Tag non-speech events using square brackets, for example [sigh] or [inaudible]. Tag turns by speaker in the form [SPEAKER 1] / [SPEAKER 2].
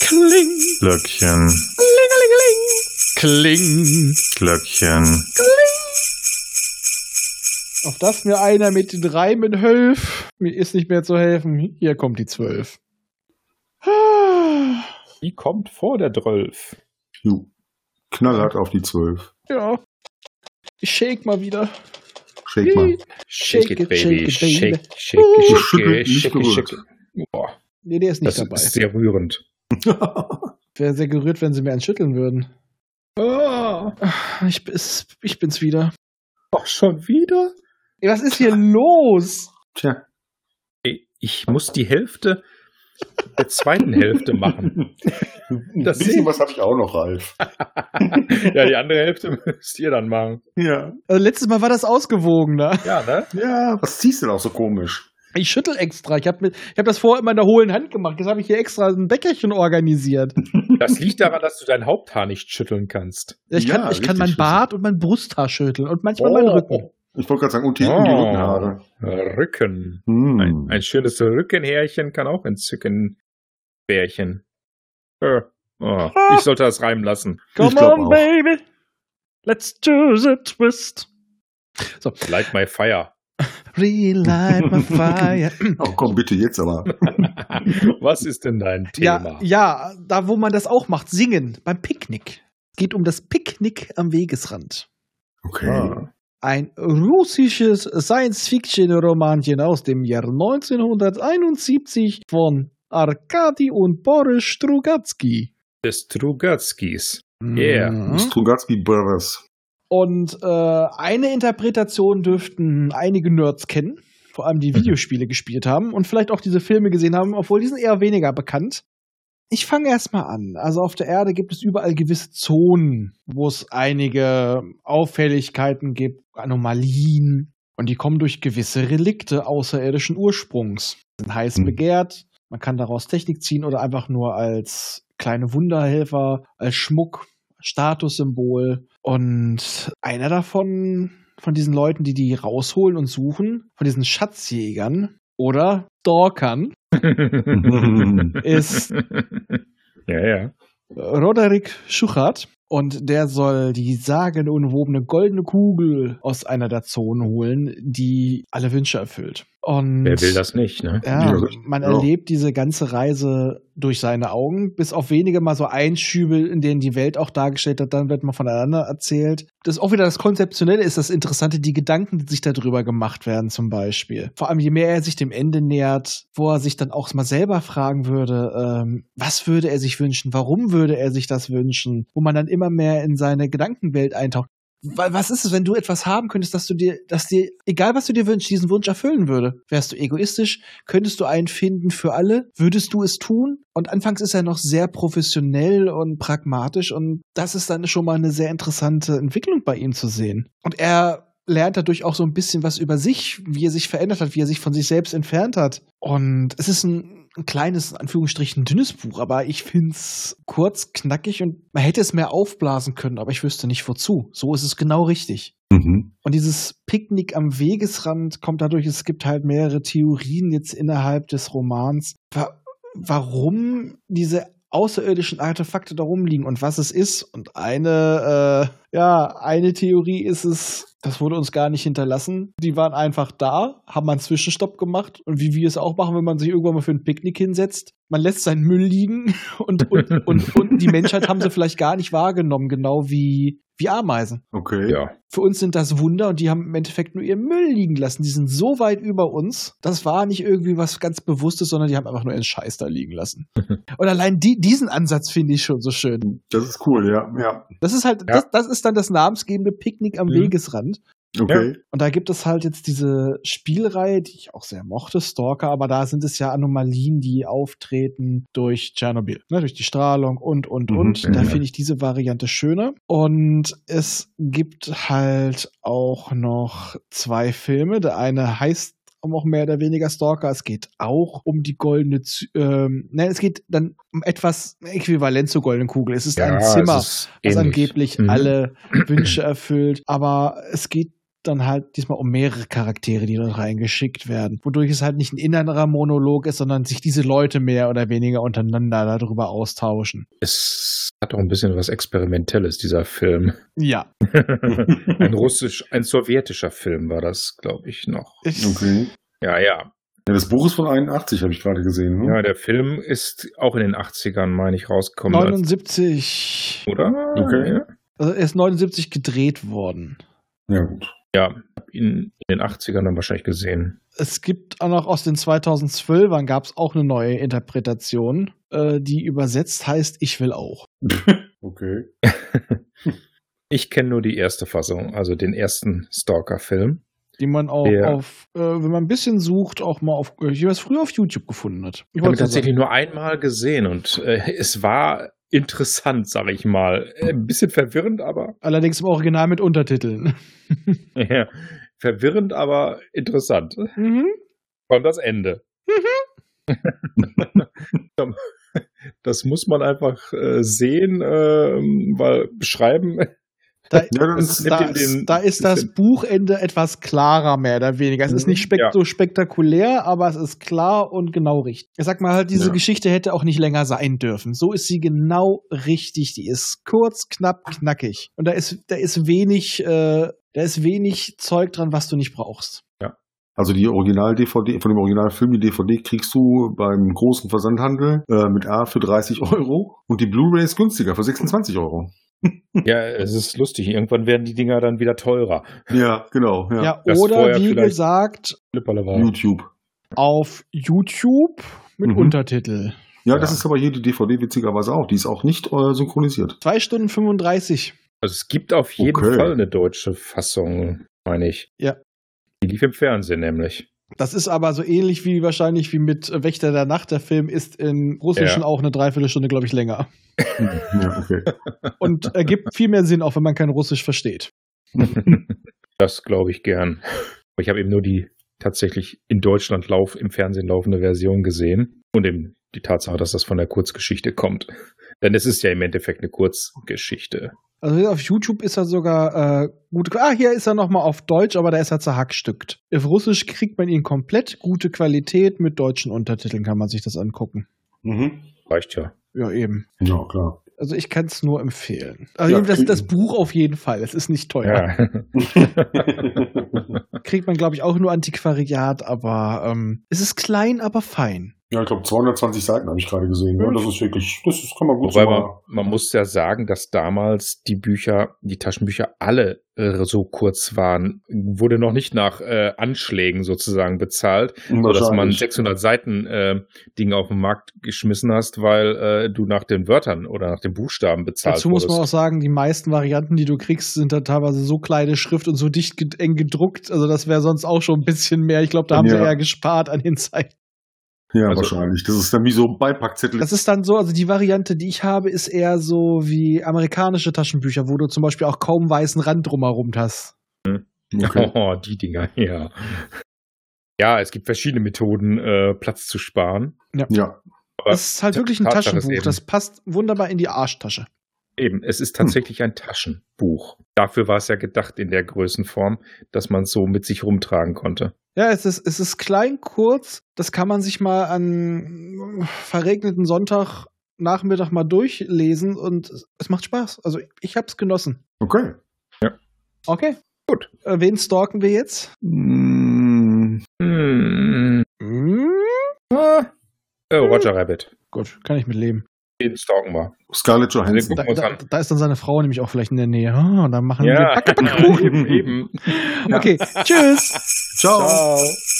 [SPEAKER 1] Kling,
[SPEAKER 2] Glöckchen,
[SPEAKER 1] klingelingeling, kling,
[SPEAKER 2] Glöckchen.
[SPEAKER 3] Auf das mir einer mit den Reimen hilft. Mir ist nicht mehr zu helfen. Hier kommt die Zwölf. Ah, Ja,
[SPEAKER 4] Die kommt vor der Drölf.
[SPEAKER 5] Ju. Knallhart auf die 12.
[SPEAKER 3] ich shake mal wieder.
[SPEAKER 5] Shake mal.
[SPEAKER 3] Shake it, shake it, baby.
[SPEAKER 4] shake, shake, shake,
[SPEAKER 5] Geschüttelt, nicht
[SPEAKER 4] shake,
[SPEAKER 5] gerührt.
[SPEAKER 4] shake. Boah,
[SPEAKER 3] Nee, der ist
[SPEAKER 4] das
[SPEAKER 3] nicht dabei.
[SPEAKER 4] ist sehr rührend.
[SPEAKER 3] Wäre sehr gerührt, wenn sie mir einen schütteln würden.
[SPEAKER 4] Ah,
[SPEAKER 3] Ich, bin's- ich bin's wieder.
[SPEAKER 4] Ach, schon wieder?
[SPEAKER 3] Ey, was ist hier los?
[SPEAKER 5] Tja.
[SPEAKER 4] Ey, Ich muss die Hälfte der zweiten Hälfte machen. [laughs]
[SPEAKER 5] Ein
[SPEAKER 4] Das
[SPEAKER 5] bisschen
[SPEAKER 4] sehe
[SPEAKER 5] was habe ich auch noch, Ralf.
[SPEAKER 4] Ja, die andere Hälfte müsst ihr dann machen.
[SPEAKER 5] Ja.
[SPEAKER 3] Also letztes Mal war das ausgewogener.
[SPEAKER 4] Ja, ne?
[SPEAKER 5] Ja, was ziehst du denn auch so komisch?
[SPEAKER 3] Ich schüttel extra. Ich habe hab das vorher immer in der hohlen Hand gemacht. Jetzt habe ich hier extra ein Bäckerchen organisiert.
[SPEAKER 4] Das liegt daran, dass du dein Haupthaar nicht schütteln kannst.
[SPEAKER 3] Ich
[SPEAKER 5] Ja,
[SPEAKER 3] kann, ich
[SPEAKER 5] richtig,
[SPEAKER 3] kann
[SPEAKER 5] Oh.
[SPEAKER 3] mein
[SPEAKER 5] richtig.
[SPEAKER 3] Bart und mein Brusthaar schütteln und manchmal meinen Rücken.
[SPEAKER 5] Ich wollte gerade sagen, und hinten die
[SPEAKER 4] Oh.
[SPEAKER 5] Rückenhaare.
[SPEAKER 4] Rücken.
[SPEAKER 5] Hm.
[SPEAKER 4] Ein, ein schönes Rückenhärchen kann auch entzücken. Bärchen. Äh, oh,
[SPEAKER 3] Ah.
[SPEAKER 4] ich sollte das reimen lassen.
[SPEAKER 5] Come glaub on, auch.
[SPEAKER 3] baby. Let's do the twist.
[SPEAKER 4] Light my
[SPEAKER 3] [laughs]
[SPEAKER 4] fire.
[SPEAKER 3] Relight my fire.
[SPEAKER 5] Oh, komm, bitte jetzt aber.
[SPEAKER 4] Was ist denn dein Thema?
[SPEAKER 3] ja, ja, da wo man das auch macht, singen beim Picknick. Es geht um das Picknick am Wegesrand.
[SPEAKER 5] Okay.
[SPEAKER 4] Ah.
[SPEAKER 3] Ein russisches Science-Fiction-Romanchen aus dem Jahr 1971 von Arkadi und Boris Strugatsky.
[SPEAKER 4] Des
[SPEAKER 3] [laughs]
[SPEAKER 4] Trugatskis. Yeah.
[SPEAKER 3] Mhm.
[SPEAKER 5] Hm? Strugatsky
[SPEAKER 4] [laughs]
[SPEAKER 5] Brothers.
[SPEAKER 3] Und äh, eine Interpretation dürften einige Nerds kennen, vor allem die Videospiele gespielt haben und vielleicht auch diese Filme gesehen haben, obwohl die sind eher weniger bekannt. Ich fange erstmal an. Also auf der Erde gibt es überall gewisse Zonen, wo es einige Auffälligkeiten gibt, Anomalien. Und die kommen durch gewisse Relikte außerirdischen Ursprungs. Sind heiß
[SPEAKER 5] Mhm.
[SPEAKER 3] begehrt. Man kann daraus Technik ziehen oder einfach nur als kleine Wunderhelfer, als Schmuck Statussymbol. Und einer davon, von diesen Leuten, die die rausholen und suchen, von diesen Schatzjägern oder
[SPEAKER 4] [laughs]
[SPEAKER 3] Dorkern,
[SPEAKER 5] Mhm.
[SPEAKER 3] ist
[SPEAKER 4] ja, ja.
[SPEAKER 3] Roderick Schuchert. Und der soll die sagenumwobene goldene Kugel aus einer der Zonen holen, die alle Wünsche erfüllt. Und
[SPEAKER 4] Wer will das nicht, ne?
[SPEAKER 3] Ja,
[SPEAKER 5] Ja,
[SPEAKER 3] man
[SPEAKER 5] ja.
[SPEAKER 3] erlebt diese ganze Reise durch seine Augen, bis auf wenige mal so Einschübe, in denen die Welt auch dargestellt hat, dann wird man voneinander erzählt. Das ist auch wieder das Konzeptionelle ist das Interessante, die Gedanken, die sich darüber gemacht werden zum Beispiel. Vor allem, je mehr er sich dem Ende nähert, wo er sich dann auch mal selber fragen würde, ähm, was würde er sich wünschen, warum würde er sich das wünschen, wo man dann immer mehr in seine Gedankenwelt eintaucht. Wa- Was ist es, wenn du etwas haben könntest, dass du dir, dass dir, egal was du dir wünschst, diesen Wunsch erfüllen würde? Wärst du egoistisch? Könntest du einen finden für alle? Würdest du es tun? Und anfangs ist er noch sehr professionell und pragmatisch und das ist dann schon mal eine sehr interessante Entwicklung bei ihm zu sehen. Und er lernt dadurch auch so ein bisschen was über sich, wie er sich verändert hat, wie er sich von sich selbst entfernt hat. Und es ist ein, ein kleines, in Anführungsstrichen, dünnes Buch, aber ich find's kurz, knackig und man hätte es mehr aufblasen können, aber ich wüsste nicht wozu. So ist es genau richtig.
[SPEAKER 5] Mhm.
[SPEAKER 3] Und dieses Picknick am Wegesrand kommt dadurch, es gibt halt mehrere Theorien jetzt innerhalb des Romans, wa warum diese außerirdischen Artefakte da rumliegen und was es ist. Und eine, äh, ja, eine Theorie ist es, das wurde uns gar nicht hinterlassen. Die waren einfach da, haben mal einen Zwischenstopp gemacht und wie wir es auch machen, wenn man sich irgendwann mal für ein Picknick hinsetzt. Man lässt seinen Müll liegen [laughs] und, und, und, und die Menschheit haben sie vielleicht gar nicht wahrgenommen, genau wie, wie Ameisen
[SPEAKER 5] Okay.
[SPEAKER 4] Ja.
[SPEAKER 3] für uns sind das Wunder und die haben im Endeffekt nur ihren Müll liegen lassen. Die sind so weit über uns. Das war nicht irgendwie was ganz Bewusstes, sondern die haben einfach nur ihren Scheiß da liegen lassen.
[SPEAKER 4] [laughs]
[SPEAKER 3] und allein die, diesen Ansatz finde ich schon so schön.
[SPEAKER 5] Das ist cool, ja. Ja.
[SPEAKER 3] Das ist halt,
[SPEAKER 4] Ja.
[SPEAKER 3] das, das ist dann das namensgebende Picknick am
[SPEAKER 4] Mhm.
[SPEAKER 3] Wegesrand.
[SPEAKER 5] Okay.
[SPEAKER 3] Und da gibt es halt jetzt diese Spielreihe, die ich auch sehr mochte, Stalker, aber da sind es ja Anomalien, die auftreten durch Tschernobyl, ne, durch die Strahlung und, und,
[SPEAKER 5] Mhm.
[SPEAKER 3] und. Da
[SPEAKER 4] Mhm.
[SPEAKER 3] finde ich diese Variante schöner. Und es gibt halt auch noch zwei Filme. Der eine heißt um auch mehr oder weniger Stalker. Es geht auch um die goldene, Z ähm, nein, es geht dann um etwas äquivalent zur goldenen Kugel. Es ist
[SPEAKER 4] ja,
[SPEAKER 3] ein Zimmer
[SPEAKER 4] es ist
[SPEAKER 3] was
[SPEAKER 4] ähnlich.
[SPEAKER 3] angeblich
[SPEAKER 4] Mhm.
[SPEAKER 3] alle Wünsche erfüllt. Aber es geht dann halt diesmal um mehrere Charaktere, die dort reingeschickt werden. Wodurch es halt nicht ein innerer Monolog ist, sondern sich diese Leute mehr oder weniger untereinander darüber austauschen.
[SPEAKER 4] Es hat auch ein bisschen was Experimentelles, dieser
[SPEAKER 3] [laughs]
[SPEAKER 4] Film.
[SPEAKER 3] Ja.
[SPEAKER 4] ein russisch, ein sowjetischer Film war das, glaube ich, noch.
[SPEAKER 3] Ich,
[SPEAKER 5] Okay.
[SPEAKER 4] Ja, ja.
[SPEAKER 5] Ja, das Buch ist von 81, habe ich gerade gesehen.
[SPEAKER 4] Ja,
[SPEAKER 5] Ne?
[SPEAKER 4] der Film ist auch in den 80ern, meine ich, rausgekommen.
[SPEAKER 3] 79.
[SPEAKER 4] oder?
[SPEAKER 5] Okay.
[SPEAKER 4] Ja.
[SPEAKER 3] Also er ist 79 gedreht worden.
[SPEAKER 5] Ja, gut.
[SPEAKER 4] Ja, hab ihn in den 80ern dann wahrscheinlich gesehen.
[SPEAKER 3] Es gibt auch noch aus den 2012ern gab es auch eine neue Interpretation, äh, die übersetzt heißt Ich will auch.
[SPEAKER 5] Okay.
[SPEAKER 4] Ich kenne nur die erste Fassung, also den ersten Stalker-Film.
[SPEAKER 3] Die man auch
[SPEAKER 4] Ja.
[SPEAKER 3] auf, äh, wenn man ein bisschen sucht, auch mal auf, ich habe es früher auf YouTube gefunden hat. Ich
[SPEAKER 4] Ich habe ihn
[SPEAKER 3] wollte sagen,
[SPEAKER 4] tatsächlich nur einmal gesehen und äh, es war interessant, sage ich mal. Äh, Ein bisschen verwirrend, aber
[SPEAKER 3] allerdings im Original
[SPEAKER 4] [laughs]
[SPEAKER 3] mit Untertiteln.
[SPEAKER 4] ja, verwirrend, aber interessant.
[SPEAKER 3] Mhm.
[SPEAKER 4] Und das [laughs] Ende. das muss man einfach äh, sehen, ähm, weil beschreiben.
[SPEAKER 3] Da,
[SPEAKER 5] Ja, dann
[SPEAKER 4] Das nimmt
[SPEAKER 3] da,
[SPEAKER 4] ihm den-
[SPEAKER 3] da ist das
[SPEAKER 4] bisschen- Mhm.
[SPEAKER 3] Buchende etwas klarer, mehr oder weniger. Es ist nicht spek
[SPEAKER 4] Ja.
[SPEAKER 3] so spektakulär, aber es ist klar und genau richtig. Ich sag mal halt, diese
[SPEAKER 5] Ja.
[SPEAKER 3] Geschichte hätte auch nicht länger sein dürfen. So ist sie genau richtig. Die ist kurz, knapp, knackig. Und da ist, da ist wenig, äh, da ist wenig Zeug dran, was du nicht brauchst.
[SPEAKER 5] Also die Original-DVD, von dem Originalfilm, die DVD kriegst du beim großen Versandhandel äh, mit A für 30 Euro und die Blu-ray ist günstiger für 26 Euro.
[SPEAKER 4] Ja, es ist lustig. Irgendwann werden die Dinger dann wieder teurer.
[SPEAKER 5] Ja, genau. Ja.
[SPEAKER 3] Ja,
[SPEAKER 4] das
[SPEAKER 3] oder
[SPEAKER 4] vorher
[SPEAKER 3] wie
[SPEAKER 4] vielleicht-
[SPEAKER 3] gesagt,
[SPEAKER 4] Flipperlewahl.
[SPEAKER 5] YouTube.
[SPEAKER 3] auf YouTube mit
[SPEAKER 5] Mhm.
[SPEAKER 3] Untertitel.
[SPEAKER 5] Ja,
[SPEAKER 4] Ja.
[SPEAKER 5] das ist aber hier die DVD witzigerweise auch. Die ist auch nicht äh, synchronisiert.
[SPEAKER 3] Zwei Stunden 35.
[SPEAKER 4] Also es gibt auf jeden
[SPEAKER 5] Okay.
[SPEAKER 4] Fall eine deutsche Fassung, meine ich.
[SPEAKER 3] Ja.
[SPEAKER 4] Die lief im Fernsehen nämlich.
[SPEAKER 3] Das ist aber so ähnlich wie wahrscheinlich wie mit Wächter der Nacht. Der Film ist in Russischen
[SPEAKER 4] Ja.
[SPEAKER 3] auch eine Dreiviertelstunde, glaube ich, länger.
[SPEAKER 5] [laughs] ja, okay.
[SPEAKER 3] Und ergibt viel mehr Sinn, auch wenn man kein Russisch versteht.
[SPEAKER 4] Das glaube ich gern. Aber ich habe eben nur die tatsächlich in Deutschland lauf, im Fernsehen laufende Version gesehen. Und eben die Tatsache, dass das von der Kurzgeschichte kommt. Denn es ist ja im Endeffekt eine Kurzgeschichte.
[SPEAKER 3] Also auf YouTube ist er sogar äh, gut. Ah, hier ist er nochmal auf Deutsch, aber da ist er zerhackstückt. Auf Russisch kriegt man ihn komplett. Gute Qualität mit deutschen Untertiteln kann man sich das angucken.
[SPEAKER 5] Mhm.
[SPEAKER 4] Reicht ja.
[SPEAKER 3] Ja, eben.
[SPEAKER 5] Ja, [laughs] klar.
[SPEAKER 3] Also ich kann es nur empfehlen. Also
[SPEAKER 5] Ja,
[SPEAKER 3] eben das,
[SPEAKER 5] kriegen-
[SPEAKER 3] das Buch auf jeden Fall. Es ist nicht teuer.
[SPEAKER 4] Ja.
[SPEAKER 3] Kriegt man, glaube ich, auch nur Antiquariat, aber ähm, es ist klein, aber fein.
[SPEAKER 5] ja, ich glaube 220 Seiten habe ich gerade gesehen. Ja, das ist wirklich, das ist, kann man gut
[SPEAKER 4] Wobei
[SPEAKER 5] so
[SPEAKER 4] man,
[SPEAKER 5] mal-
[SPEAKER 4] man muss ja sagen, dass damals die Bücher, die Taschenbücher alle äh, so kurz waren, wurde noch nicht nach äh, Anschlägen sozusagen bezahlt, so dass man
[SPEAKER 5] Wahrscheinlich.
[SPEAKER 4] 600 Seiten äh, Ding auf den Markt geschmissen hast, weil äh, du nach den Wörtern oder nach den Buchstaben bezahlt
[SPEAKER 3] Dazu muss man auch
[SPEAKER 4] wurdest.
[SPEAKER 3] sagen, die meisten Varianten, die du kriegst, sind dann teilweise so kleine Schrift und so dicht ged- eng gedruckt. Also das wäre sonst auch schon ein bisschen mehr. Ich glaube, da haben sie
[SPEAKER 5] Ja.
[SPEAKER 3] eher gespart an den Zeiten.
[SPEAKER 5] Ja,
[SPEAKER 4] also-
[SPEAKER 5] wahrscheinlich. Das ist dann wie so ein Beipackzettel.
[SPEAKER 3] Das ist dann so, also die Variante, die ich habe, ist eher so wie amerikanische Taschenbücher, wo du zum Beispiel auch kaum weißen Rand drumherum hast.
[SPEAKER 5] okay.
[SPEAKER 4] Oh, die Dinger, ja. Ja, es gibt verschiedene Methoden, äh, Platz zu sparen.
[SPEAKER 5] Ja.
[SPEAKER 4] Aber
[SPEAKER 3] Das ist halt
[SPEAKER 4] Ta-
[SPEAKER 3] wirklich ein
[SPEAKER 4] Tatsache ist
[SPEAKER 3] Taschenbuch.
[SPEAKER 4] eben-
[SPEAKER 3] Das passt wunderbar in die Arschtasche.
[SPEAKER 4] Eben, es ist tatsächlich ein Taschenbuch. Dafür war es ja gedacht in der Größenform, dass man es so mit sich rumtragen konnte.
[SPEAKER 3] Ja, es ist, es ist klein, kurz. Das kann man sich mal an verregneten Sonntag Nachmittag mal durchlesen und es- es macht Spaß. Also ich hab's genossen.
[SPEAKER 4] [laughs]
[SPEAKER 5] Okay.
[SPEAKER 3] Okay.
[SPEAKER 4] Gut.
[SPEAKER 3] Äh, wen stalken wir jetzt?
[SPEAKER 5] Mm,
[SPEAKER 4] Hm. Ah. Äh, Roger Rabbit.
[SPEAKER 3] Gut, kann ich mit leben.
[SPEAKER 4] Den stalken wir.
[SPEAKER 5] Scarlett Johansson.
[SPEAKER 3] Da,
[SPEAKER 4] Gucken wir uns
[SPEAKER 3] da,
[SPEAKER 4] an.
[SPEAKER 3] da ist dann seine Frau nämlich auch vielleicht in der Nähe. Ah, und dann machen wir
[SPEAKER 4] [laughs] eben,
[SPEAKER 3] Backkuchen.
[SPEAKER 4] eben.
[SPEAKER 3] Okay, tschüss.
[SPEAKER 5] Ciao.
[SPEAKER 4] Ciao.